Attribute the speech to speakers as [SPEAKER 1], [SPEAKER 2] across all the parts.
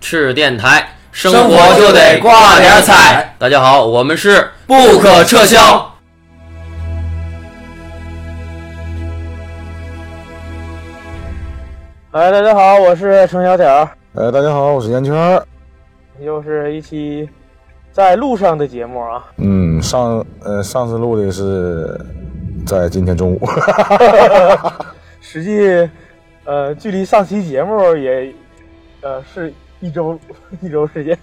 [SPEAKER 1] 是电台，生
[SPEAKER 2] 生活就得挂点彩。
[SPEAKER 1] 大家好，我们是
[SPEAKER 2] 不可撤销。
[SPEAKER 3] 哎，大家好，我是程小点儿，
[SPEAKER 4] 哎，大家好，我是烟圈儿。
[SPEAKER 3] 又是一期在路上的节目啊。
[SPEAKER 4] 嗯，上呃上次录的是在今天中午，
[SPEAKER 3] 实际，呃，距离上期节目也，呃，是一周 一周时间。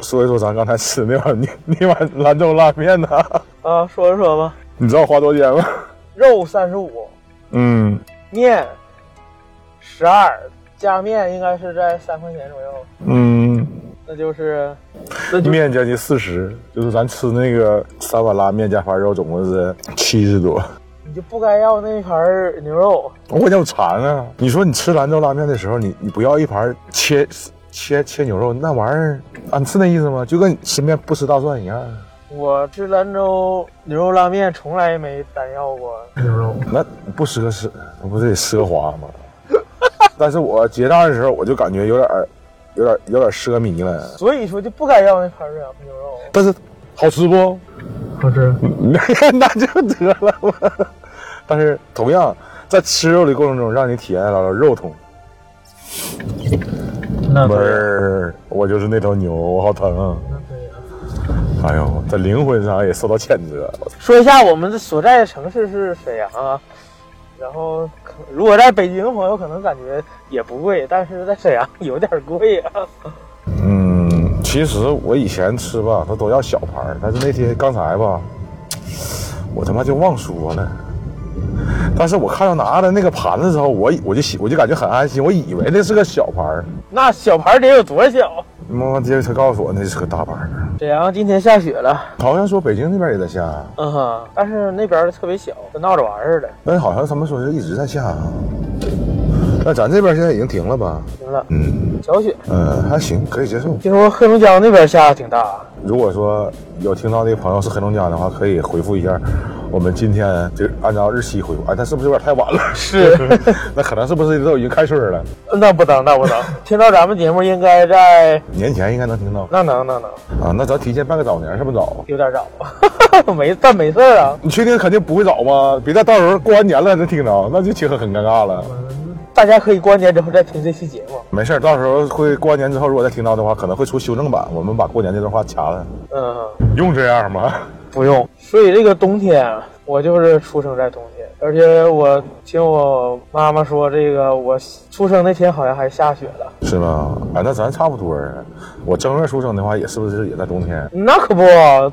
[SPEAKER 4] 说一说咱刚才吃那碗那那碗兰州拉面呢？
[SPEAKER 3] 啊，说说吧，
[SPEAKER 4] 你知道我花多少钱吗？
[SPEAKER 3] 肉三十五，
[SPEAKER 4] 嗯，
[SPEAKER 3] 面十二，加面应该是在三块钱左右，
[SPEAKER 4] 嗯，
[SPEAKER 3] 那就是
[SPEAKER 4] 面将近四十，就是咱吃那个三碗拉面加盘肉，总共是七十多。
[SPEAKER 3] 你就不该要那盘儿牛肉。
[SPEAKER 4] 我要馋啊！你说你吃兰州拉面的时候，你你不要一盘切切切牛肉那玩意儿啊，是那意思吗？就跟你吃面不吃大蒜一样。啊
[SPEAKER 3] 我吃兰州牛肉拉面从来没单要过牛肉，
[SPEAKER 4] 那不奢侈，那不得奢华吗？ 但是我结账的时候，我就感觉有点儿，有点儿，有点儿奢靡了。
[SPEAKER 3] 所以说就不该要那盘儿啊牛肉。
[SPEAKER 4] 但是好吃不？
[SPEAKER 3] 好吃。
[SPEAKER 4] 那就得了吧。但是同样在吃肉的过程中，让你体验到了肉痛。
[SPEAKER 3] 那
[SPEAKER 4] 不是，我就是那头牛，我好疼啊！哎呦，在灵魂上也受到谴责。
[SPEAKER 3] 说一下我们的所在的城市是沈阳啊，然后可如果在北京的朋友可能感觉也不贵，但是在沈阳有点贵啊。
[SPEAKER 4] 嗯，其实我以前吃吧，它都要小盘儿，但是那天刚才吧，我他妈就忘说了。但是我看到拿的那个盘子之后，我以我就喜我就感觉很安心，我以为那是个小盘儿，
[SPEAKER 3] 那小盘得有多小？
[SPEAKER 4] 妈妈接着他告诉我那是个大盘儿。
[SPEAKER 3] 沈阳今天下雪了，
[SPEAKER 4] 好像说北京那边也在下，
[SPEAKER 3] 嗯哼，但是那边儿特别小，跟闹着玩儿似的。
[SPEAKER 4] 但是好像他们说是一直在下啊。那咱这边现在已经停了吧？
[SPEAKER 3] 行了，
[SPEAKER 4] 嗯，
[SPEAKER 3] 小雪，
[SPEAKER 4] 呃，还行，可以接受。
[SPEAKER 3] 听说黑龙江那边下的挺大，啊
[SPEAKER 4] 如果说有听到的朋友是黑龙江的话，可以回复一下，我们今天就按照日期回复。哎，但是不是有点太晚 了？
[SPEAKER 3] 是
[SPEAKER 4] 那可能是不是都已经开春了？
[SPEAKER 3] 那不能，那不能。听到咱们节目应该在
[SPEAKER 4] 年前应该能听到
[SPEAKER 3] 那能那能，
[SPEAKER 4] 啊。那咱提前办个早年是不是早？
[SPEAKER 3] 有点早， 没但没事儿啊。
[SPEAKER 4] 你确定肯定不会早吗？别再到时候过完年了能听着，那就挺很尴尬了。
[SPEAKER 3] 大家可以过完年之后再听这期节目。
[SPEAKER 4] 没事儿，到时候会过完年之后，如果再听到的话，可能会出修正版，我们把过年这段话掐了。
[SPEAKER 3] 嗯。
[SPEAKER 4] 用这样吗？
[SPEAKER 3] 不用。所以这个冬天啊，我就是出生在冬天，而且我听我妈妈说，这个我出生那天好像还下雪了。
[SPEAKER 4] 是吗？哎，那咱差不多儿。我正月出生的话，也是不是也在冬天？
[SPEAKER 3] 那可不，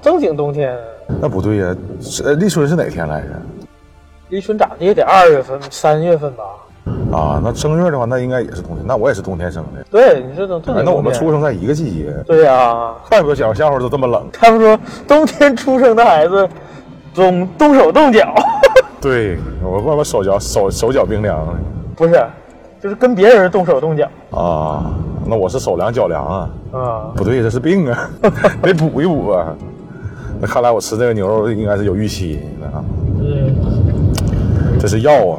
[SPEAKER 3] 正经冬天，
[SPEAKER 4] 那不对呀、是呃立春是哪天来着？
[SPEAKER 3] 立春咋的也得二月份、三月份吧？
[SPEAKER 4] 啊，那正月的话，那应该也是冬天。那我也是冬天生的。
[SPEAKER 3] 对，你说等正
[SPEAKER 4] 哎
[SPEAKER 3] 经，
[SPEAKER 4] 那我们出生在一个季节，
[SPEAKER 3] 对呀、
[SPEAKER 4] 怪不得小家伙都这么冷。
[SPEAKER 3] 他们说冬天出生的孩子，总动手动脚，
[SPEAKER 4] 对，我外边手脚手手脚冰凉
[SPEAKER 3] 不是，就是跟别人动手动脚
[SPEAKER 4] 啊。那我是手凉脚凉啊，
[SPEAKER 3] 啊。
[SPEAKER 4] 不对，这是病啊， 得补一补啊。那看来我吃这个牛肉应该是有预期的啊，
[SPEAKER 3] 嗯，
[SPEAKER 4] 这是药啊。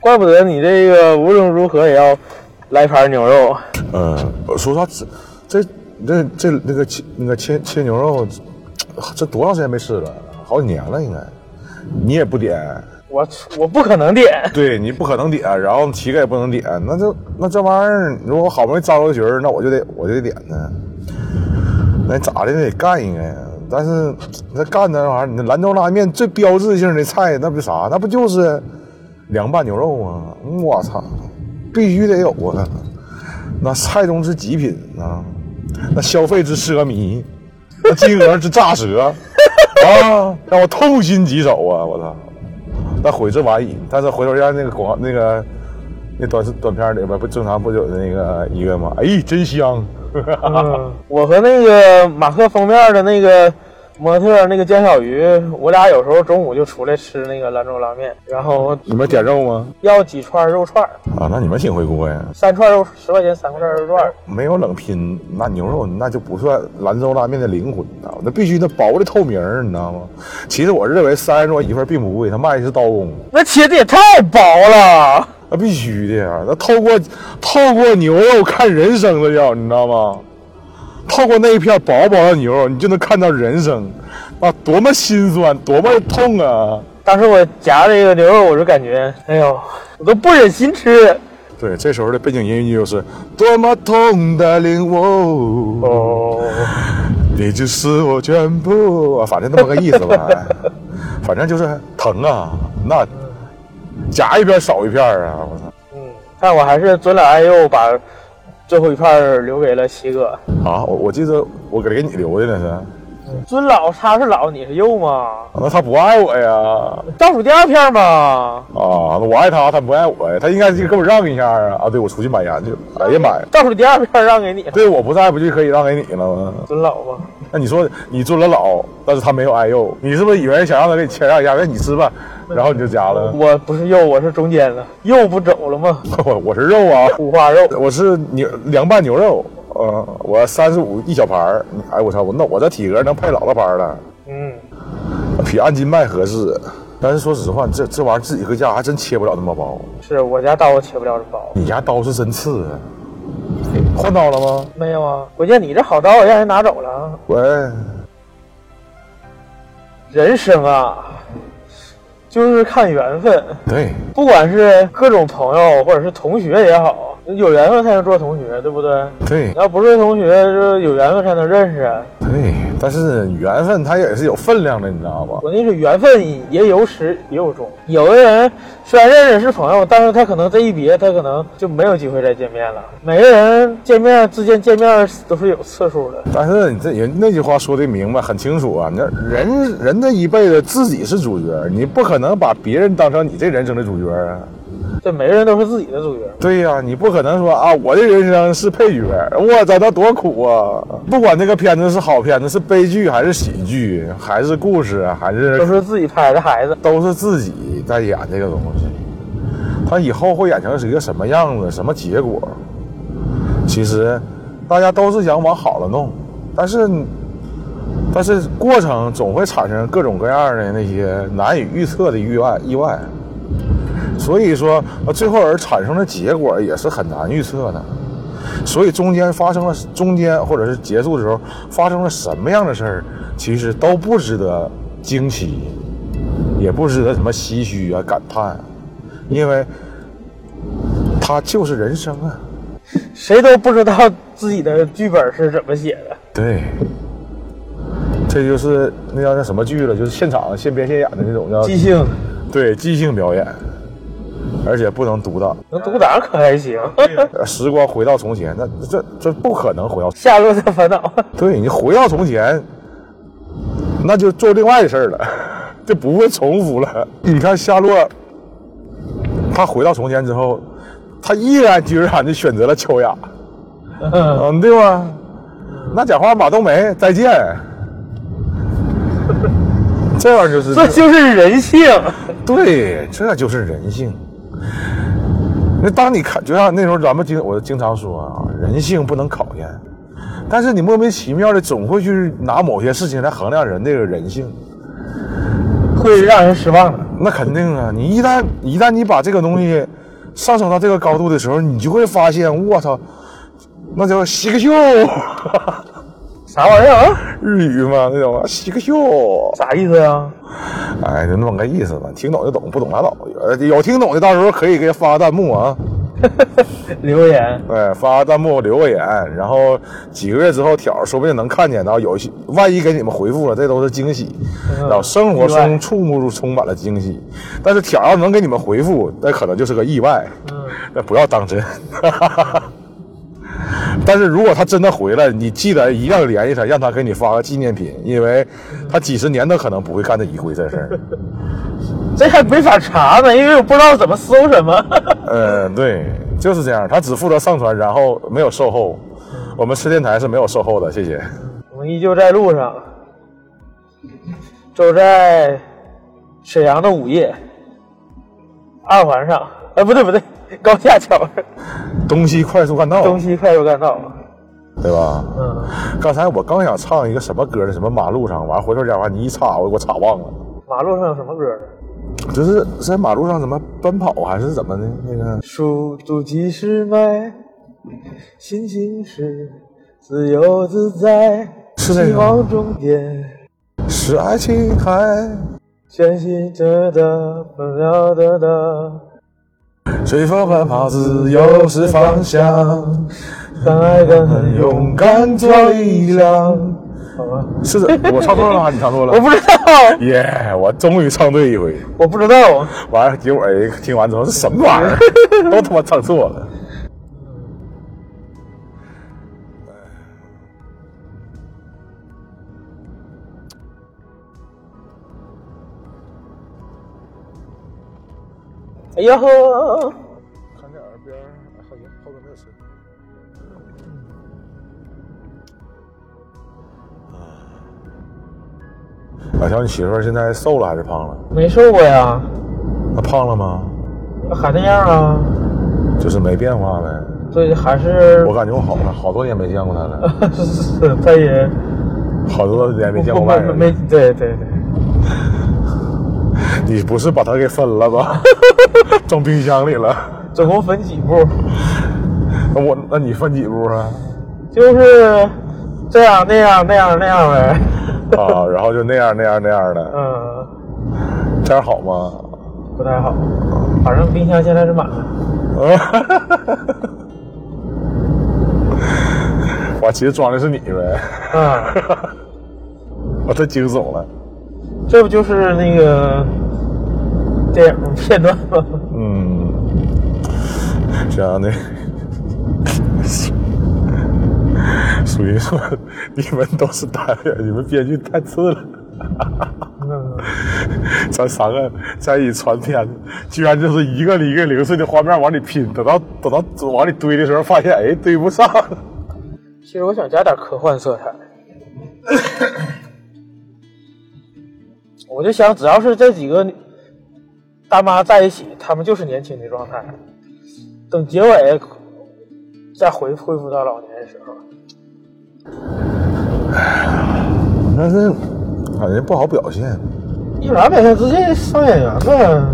[SPEAKER 3] 怪不得你这个无论如何也要来盘牛肉。
[SPEAKER 4] 嗯，我说啥这这这这那个切那个切切牛肉，这多长时间没吃了？好几年了应该。你也不点，
[SPEAKER 3] 我我不可能点。
[SPEAKER 4] 对你不可能点，然后膝盖也不能点，那就那这玩意儿，如果我好不容易扎着个局儿，那我就得我就得点呢。那咋的？那得干一个呀。但是那干那玩意儿，你那兰州拉面最标志性的菜，那不是啥？那不就是凉拌牛肉吗？我操，必须得有啊！那菜中之极品啊，那消费之奢靡，那金额之炸舌 啊，让我痛心疾首啊！我操！那悔之晚矣。但是回头让那个广那个那短视短片里边不正常不就有那个一个吗？哎，真香！
[SPEAKER 3] 嗯，我和那个马克封面的那个模特那个江小鱼，我俩有时候中午就出来吃那个兰州拉面，然后
[SPEAKER 4] 你们点肉吗？
[SPEAKER 3] 要几串肉串儿，
[SPEAKER 4] 啊，那你们挺会过呀。
[SPEAKER 3] 三串肉十块钱，三块肉串儿。
[SPEAKER 4] 没有冷拼，那牛肉那就不算兰州拉面的灵魂呐，那必须那薄的透明儿，你知道吗？其实我认为三十多一份并不贵，它卖的是刀工。
[SPEAKER 3] 那切的也太薄了，
[SPEAKER 4] 那必须的呀。那透过透过牛肉看人生的料，你知道吗？透过那一片薄薄的牛肉，你就能看到人生，啊，多么心酸，多么痛啊！
[SPEAKER 3] 当时我夹这个牛肉，我就感觉，哎呦，我都不忍心吃。
[SPEAKER 4] 对，这时候的背景音乐就是多么痛的领悟。
[SPEAKER 3] 哦，
[SPEAKER 4] 你就是我全部，啊反正那么个意思吧，反正就是疼啊，那夹一片少一片啊，我操
[SPEAKER 3] 嗯，但我还是尊老爱幼，把最后一块儿留给了西哥。
[SPEAKER 4] 啊！我我记得我给给你留的那是，啊
[SPEAKER 3] 尊老他是老，你是幼嘛？
[SPEAKER 4] 那他不爱我呀，
[SPEAKER 3] 倒数第二片嘛，
[SPEAKER 4] 啊，那我爱他，他不爱我呀，他应该就给我让一下啊！啊，对我出去买烟去，哎呀妈呀，
[SPEAKER 3] 倒数第二片让给你了，
[SPEAKER 4] 对我不在不就可以让给你了吗？
[SPEAKER 3] 尊老嘛。
[SPEAKER 4] 那你说你尊了老，但是他没有爱幼，你是不是以为想让他给你谦让一下，那你吃吧，然后你就夹了，
[SPEAKER 3] 我不是幼，我是中间的，幼不走了吗？
[SPEAKER 4] 我我是肉啊。
[SPEAKER 3] 五花肉，
[SPEAKER 4] 我是牛凉拌牛肉，呃，我三十五一小盘儿，哎我操，我那我这体格能配老大盘儿了，
[SPEAKER 3] 嗯，
[SPEAKER 4] 比按斤卖合适。但是说实话，这这玩意儿自己搁家还真切不了那么薄，
[SPEAKER 3] 是我家刀切不了这薄。
[SPEAKER 4] 你家刀是针刺啊？换刀了吗？
[SPEAKER 3] 没有啊，关键你这好刀我让人拿走了啊。
[SPEAKER 4] 喂，
[SPEAKER 3] 人生啊，就是看缘分，
[SPEAKER 4] 对，
[SPEAKER 3] 不管是各种朋友或者是同学也好，有缘分才能做同学，对不对？
[SPEAKER 4] 对
[SPEAKER 3] 你，要不是同学，就是有缘分才能认识。
[SPEAKER 4] 对，但是缘分它也是有分量的，你知道吗？
[SPEAKER 3] 关键是缘分也有始也有终。有的人虽然认识是朋友，但是他可能这一别，他可能就没有机会再见面了。每个人见面之间见面都是有次数的，
[SPEAKER 4] 但是你这人那句话说的明白，很清楚啊。你这人人这一辈子自己是主角，你不可能把别人当成你这人生的主角啊。
[SPEAKER 3] 这每个人都是自己的主角。
[SPEAKER 4] 对呀、你不可能说啊，我的人生是配角，我操，那多苦啊！不管这个片子是好片子，是悲剧还是喜剧，还是故事，还是
[SPEAKER 3] 都是自己拍的孩子，
[SPEAKER 4] 都是自己在演这个东西。他以后会演成是一个什么样子，什么结果？其实大家都是想往好了弄，但是但是过程总会产生各种各样的那些难以预测的意外意外。所以说，呃最后而产生的结果也是很难预测的。所以中间发生了中间或者是结束的时候发生了什么样的事儿，其实都不值得惊奇，也不值得什么唏嘘啊、感叹，因为它就是人生啊。
[SPEAKER 3] 谁都不知道自己的剧本是怎么写的。
[SPEAKER 4] 对，这就是那叫那什么剧了，就是现场啊现编现演的那种叫
[SPEAKER 3] 即兴
[SPEAKER 4] 对即兴表演，而且不能独当。
[SPEAKER 3] 能独挡可还行，
[SPEAKER 4] 呃时光回到从前，那这这不可能回到
[SPEAKER 3] 夏洛特烦恼
[SPEAKER 4] 对你回到从前，那就做另外的事儿了，就不会重复了。你看夏洛，他回到从前之后，他毅然决然的选择了秋雅，嗯，对吧？那讲话马冬梅再见，这玩意儿就是
[SPEAKER 3] 这就是人性。
[SPEAKER 4] 对，这就是人性。那当你看，就像那时候咱们经我经常说啊，人性不能考验，但是你莫名其妙的总会去拿某些事情来衡量人这个人性，
[SPEAKER 3] 会让人失望的。
[SPEAKER 4] 那肯定啊。你一旦一旦你把这个东西上升到这个高度的时候，你就会发现，我操，那叫洗个秀，
[SPEAKER 3] 啥玩意儿啊？
[SPEAKER 4] 日语嘛那种啊，洗个秀，
[SPEAKER 3] 啥意思啊呀？
[SPEAKER 4] 哎，就那么个意思吧。听懂就懂，不懂拉倒。呃有听懂的，到时候可以给发弹幕啊。
[SPEAKER 3] 留言
[SPEAKER 4] 对，哎发弹幕留个言，然后几个月之后挑儿说不定能看见，然后有一些万一给你们回复了，这都是惊喜。然后生活
[SPEAKER 3] 嗯意
[SPEAKER 4] 中
[SPEAKER 3] 外
[SPEAKER 4] 处处充满了惊喜，但是挑儿要能给你们回复，那可能就是个意外，
[SPEAKER 3] 嗯
[SPEAKER 4] 那不要当真。 但是如果他真的回来，你记得一定要联系他，让他给你发个纪念品，因为他几十年都可能不会干这一回这事儿。
[SPEAKER 3] 这还没法查呢，因为我不知道怎么搜什么。
[SPEAKER 4] 呃，对，就是这样，他只负责上传，然后没有售后。我们吃电台是没有售后的，谢谢。
[SPEAKER 3] 我们依旧在路上，走在沈阳的午夜，二环上，哎，不对不对，高架桥上，
[SPEAKER 4] 东西快速干道，
[SPEAKER 3] 东西快速干道。
[SPEAKER 4] 对吧？
[SPEAKER 3] 嗯，
[SPEAKER 4] 刚才我刚想唱一个什么歌呢？什么马路上，完了回头讲话你一插我，给我插忘了。
[SPEAKER 3] 马路上有什么歌呢？
[SPEAKER 4] 就是在马路上怎么奔跑还是怎么的那个？
[SPEAKER 3] 数度几十迈，心情是自由自在，
[SPEAKER 4] 是那个
[SPEAKER 3] 希望终点，
[SPEAKER 4] 是爱情海，
[SPEAKER 3] 全心真的奔了的的，
[SPEAKER 4] 随风奔跑，自由是方向，
[SPEAKER 3] 敢爱敢恨
[SPEAKER 4] 很
[SPEAKER 3] 勇
[SPEAKER 4] 勇敢做力量。
[SPEAKER 3] 好吧？
[SPEAKER 4] 是的，我唱错了吗？你唱错了
[SPEAKER 3] 我。不知道，
[SPEAKER 4] 耶我终于唱对一回。
[SPEAKER 3] 我不知道，
[SPEAKER 4] 完了，结果哎，听完之后是什么玩 意儿？都他妈唱错了。
[SPEAKER 3] 哎呀呵，
[SPEAKER 4] 看这耳边，好像后边没有声。啊，小你媳妇儿现在瘦了还是胖了？
[SPEAKER 3] 没瘦过呀，
[SPEAKER 4] 她胖了吗？
[SPEAKER 3] 还那样啊？
[SPEAKER 4] 就是没变化呗。
[SPEAKER 3] 对，还是
[SPEAKER 4] 我感觉我好好多年没见过她了，
[SPEAKER 3] 他也
[SPEAKER 4] 好多年没见
[SPEAKER 3] 不
[SPEAKER 4] 过外人
[SPEAKER 3] 没
[SPEAKER 4] 了。
[SPEAKER 3] 没对对对，
[SPEAKER 4] 你不是把她给分了吧？ 装冰箱里了？
[SPEAKER 3] 总共分几步？
[SPEAKER 4] 那我那你分几步啊？
[SPEAKER 3] 就是这样那样那样那样呗，
[SPEAKER 4] 啊，然后就那样那样那样的，
[SPEAKER 3] 嗯，
[SPEAKER 4] 这样好吗？
[SPEAKER 3] 不太好，反正冰箱现在是满的，
[SPEAKER 4] 我其实装的是你呗，
[SPEAKER 3] 嗯，
[SPEAKER 4] 我太惊悚了。
[SPEAKER 3] 这不就是那个电影片段吗？
[SPEAKER 4] 嗯，这样的，属于说你们都是单位，你们编剧太次了。
[SPEAKER 3] 嗯，
[SPEAKER 4] 咱三个在一起传片，居然就是一个一个零碎的画面往里拼，等到等到往里堆的时候，发现哎堆不上。
[SPEAKER 3] 其实我想加点科幻色彩。我就想，只要是这几个大妈在一起，她们就是年轻的状态。等结尾再回恢复到老年的时候，
[SPEAKER 4] 但是感觉不好表现。
[SPEAKER 3] 一点没事，直接上演员呗。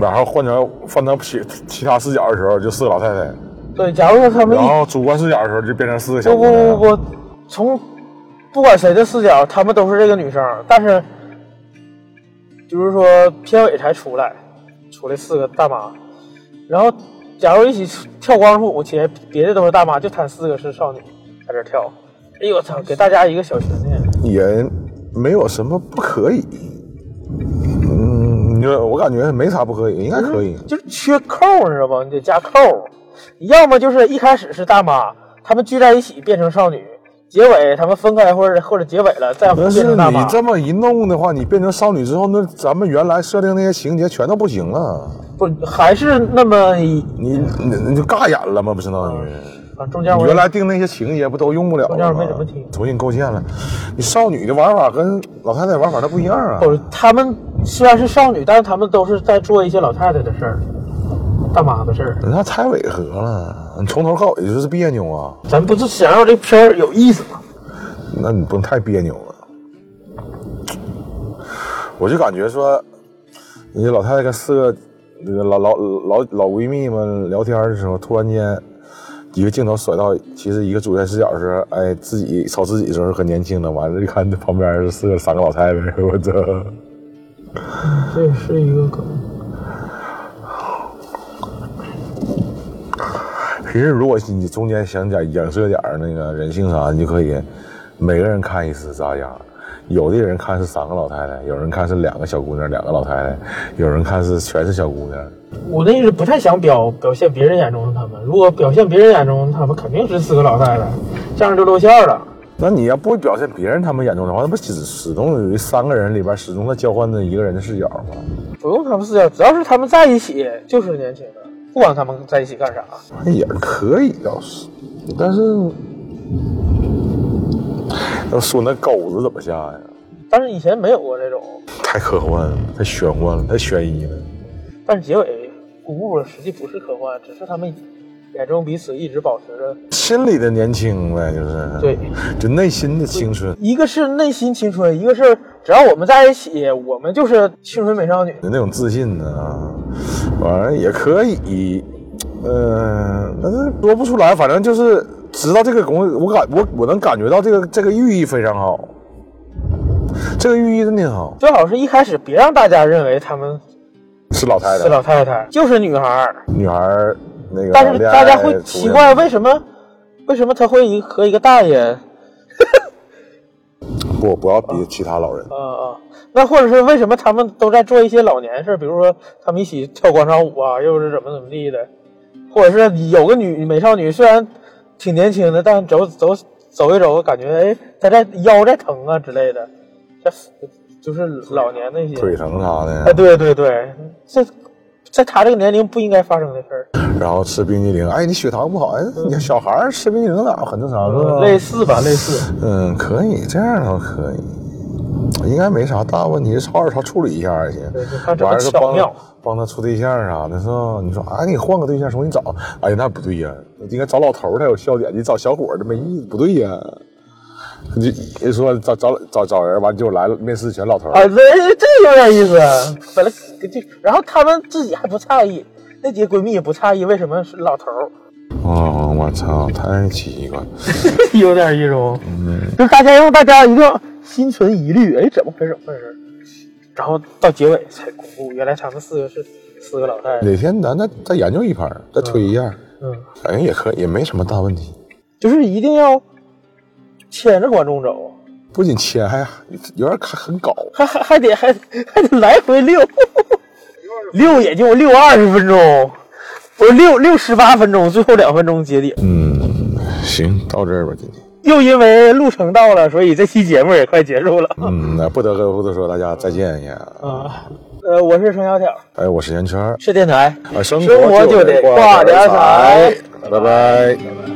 [SPEAKER 4] 然后换成换成其其他视角的时候，就四个老太太；
[SPEAKER 3] 对，假如说他们
[SPEAKER 4] 然
[SPEAKER 3] 一
[SPEAKER 4] 后主观视角的时候，就变成四个小
[SPEAKER 3] 不
[SPEAKER 4] 姑娘。
[SPEAKER 3] 嗯不不不，从不管谁的视角，他们都是这个女生，但是就是说片尾才出来，出来四个大妈，然后假如一起跳光束舞，且别的都是大妈，就她四个是少女在这跳，哎呦我操，给大家一个小悬念，
[SPEAKER 4] 也没有什么不可以。嗯，你说我感觉没啥不可以，应该可以。
[SPEAKER 3] 就是缺扣，你知道吗？你得加扣，你要么就是一开始是大妈，她们聚在一起变成少女。结尾他们分开或者或者结尾了，再
[SPEAKER 4] 但
[SPEAKER 3] 变
[SPEAKER 4] 是
[SPEAKER 3] 成大妈
[SPEAKER 4] 你。这么一弄的话，你变成少女之后，那咱们原来设定那些情节全都不行了，
[SPEAKER 3] 不还是那么一
[SPEAKER 4] 你你你就尬演了吗？不相当于
[SPEAKER 3] 啊？中间
[SPEAKER 4] 你
[SPEAKER 3] 我
[SPEAKER 4] 原来定那些情节不都用不了
[SPEAKER 3] 中间
[SPEAKER 4] 了
[SPEAKER 3] 我没怎么
[SPEAKER 4] 吗
[SPEAKER 3] 听？
[SPEAKER 4] 重新构建了。你少女的玩法跟老太太玩法它不一样啊。
[SPEAKER 3] 不，他们虽然是少女，但是他们都是在做一些老太太的事儿、大妈的事儿。
[SPEAKER 4] 那太违和了，你从头到尾就是别扭啊，
[SPEAKER 3] 咱不是想让这片儿有意思吗？
[SPEAKER 4] 那你不能太别扭了。我就感觉说，你老太太跟四个那个老老老老闺蜜们聊天的时候，突然间一个镜头甩到，其实一个主线视角的时候，哎，自己瞅自己的时候很年轻的，完了一看这旁边是四个三个老太太，我操！
[SPEAKER 3] 这是一个梗。
[SPEAKER 4] 其实如果你中间想点影射点儿那个人性啥，你就可以每个人看一次扎样。有的人看是三个老太太，有人看是两个小姑娘，两个老太太，有人看是全是小姑娘。
[SPEAKER 3] 我的意思不太想表表现别人眼中的他们，如果表现别人眼中的他们，肯定是四个老太太，这样就露馅儿了。
[SPEAKER 4] 那你要不表现别人他们眼中的话，那不始始终有一三个人里边始终在交换着一个人的视角吗？
[SPEAKER 3] 不用他们视角，只要是他们在一起，就是年轻的，不管他们在一起干啥。
[SPEAKER 4] 那也可以倒是，但是要说那狗子怎么下呀？
[SPEAKER 3] 但是以前没有过这种，
[SPEAKER 4] 太科幻了，太玄幻了，太悬疑了。
[SPEAKER 3] 但是结尾公布了，实际不是科幻，只是他们眼中彼此一直保持着
[SPEAKER 4] 心里的年轻呗，就是
[SPEAKER 3] 对，
[SPEAKER 4] 就内心的青春
[SPEAKER 3] 一个是内心青春，一个是只要我们在一起，我们就是青春美少女。
[SPEAKER 4] 的那种自信呢、完了也可以，呃，但是说不出来，反正就是知道这个公，我感我我能感觉到这个这个寓意非常好，这个寓意真挺好，
[SPEAKER 3] 最好是一开始别让大家认为她们
[SPEAKER 4] 是老太
[SPEAKER 3] 是
[SPEAKER 4] 太，
[SPEAKER 3] 老太太，就是女孩儿。
[SPEAKER 4] 女孩儿那个，
[SPEAKER 3] 但是大家会奇，怪，为什么为什么他会一和一个大爷？
[SPEAKER 4] 不不要比其他老人。
[SPEAKER 3] 啊、啊，那或者是为什么他们都在做一些老年事儿，比如说他们一起跳广场舞啊，又是怎么怎么地的，或者是有个女美少女虽然挺年轻的，但走走走一走，感觉哎她在腰在疼啊之类的，这就是老年那些。
[SPEAKER 4] 腿疼啥
[SPEAKER 3] 哎，
[SPEAKER 4] 的，
[SPEAKER 3] 对对对，这在他这个年龄不应该发生的事儿，
[SPEAKER 4] 然后吃冰激凌，哎，你血糖不好，哎，你小孩儿吃冰激凌咋很正常啊是吧？
[SPEAKER 3] 嗯类似吧，类似。
[SPEAKER 4] 嗯，可以，这样倒可以，应该没啥大问题，吵点吵处理一下也行
[SPEAKER 3] 对就看。怎么
[SPEAKER 4] 完了就
[SPEAKER 3] 巧
[SPEAKER 4] 帮
[SPEAKER 3] 妙
[SPEAKER 4] 帮他处对象啥的是吧？你说，哎，你换个对象重新找，哎呀，那不对呀，应该找老头儿才有笑点，你找小伙儿这没意思，不对呀。你就说找找找找人，完就来了面试全老头儿
[SPEAKER 3] 啊，这这有点意思。本来就，然后她们自己还不诧异，那几个闺蜜也不诧异，为什么是老头儿？
[SPEAKER 4] 哦，我操，太奇怪了。
[SPEAKER 3] 有点意思哦。就是大家让大家一定要心存疑虑，哎，怎么回事？怎么回事？然后到结尾才公布，原来他们四个是四个老太太。
[SPEAKER 4] 哪天咱再再研究一盘儿，再推一下，
[SPEAKER 3] 嗯，
[SPEAKER 4] 感觉也可以，也没什么大问题。
[SPEAKER 3] 就是一定要牵着观众走，
[SPEAKER 4] 不仅切，还有点看很搞。
[SPEAKER 3] 还还还得还还得来回溜，溜也就溜二十分钟，不是溜溜十八分钟，最后两分钟结顶。
[SPEAKER 4] 嗯，行，到这儿吧，今天。
[SPEAKER 3] 又因为路程到了，所以这期节目也快结束了。
[SPEAKER 4] 嗯，那不得不得说，大家再见呀！
[SPEAKER 3] 啊，呃，我是程小挑，
[SPEAKER 4] 哎，我是圆圈儿，
[SPEAKER 3] 是电台。
[SPEAKER 4] 啊，生
[SPEAKER 3] 生活就
[SPEAKER 4] 就
[SPEAKER 3] 得
[SPEAKER 4] 得
[SPEAKER 3] 挂
[SPEAKER 4] 挂
[SPEAKER 3] 点
[SPEAKER 4] 点
[SPEAKER 3] 彩
[SPEAKER 4] 彩，拜拜。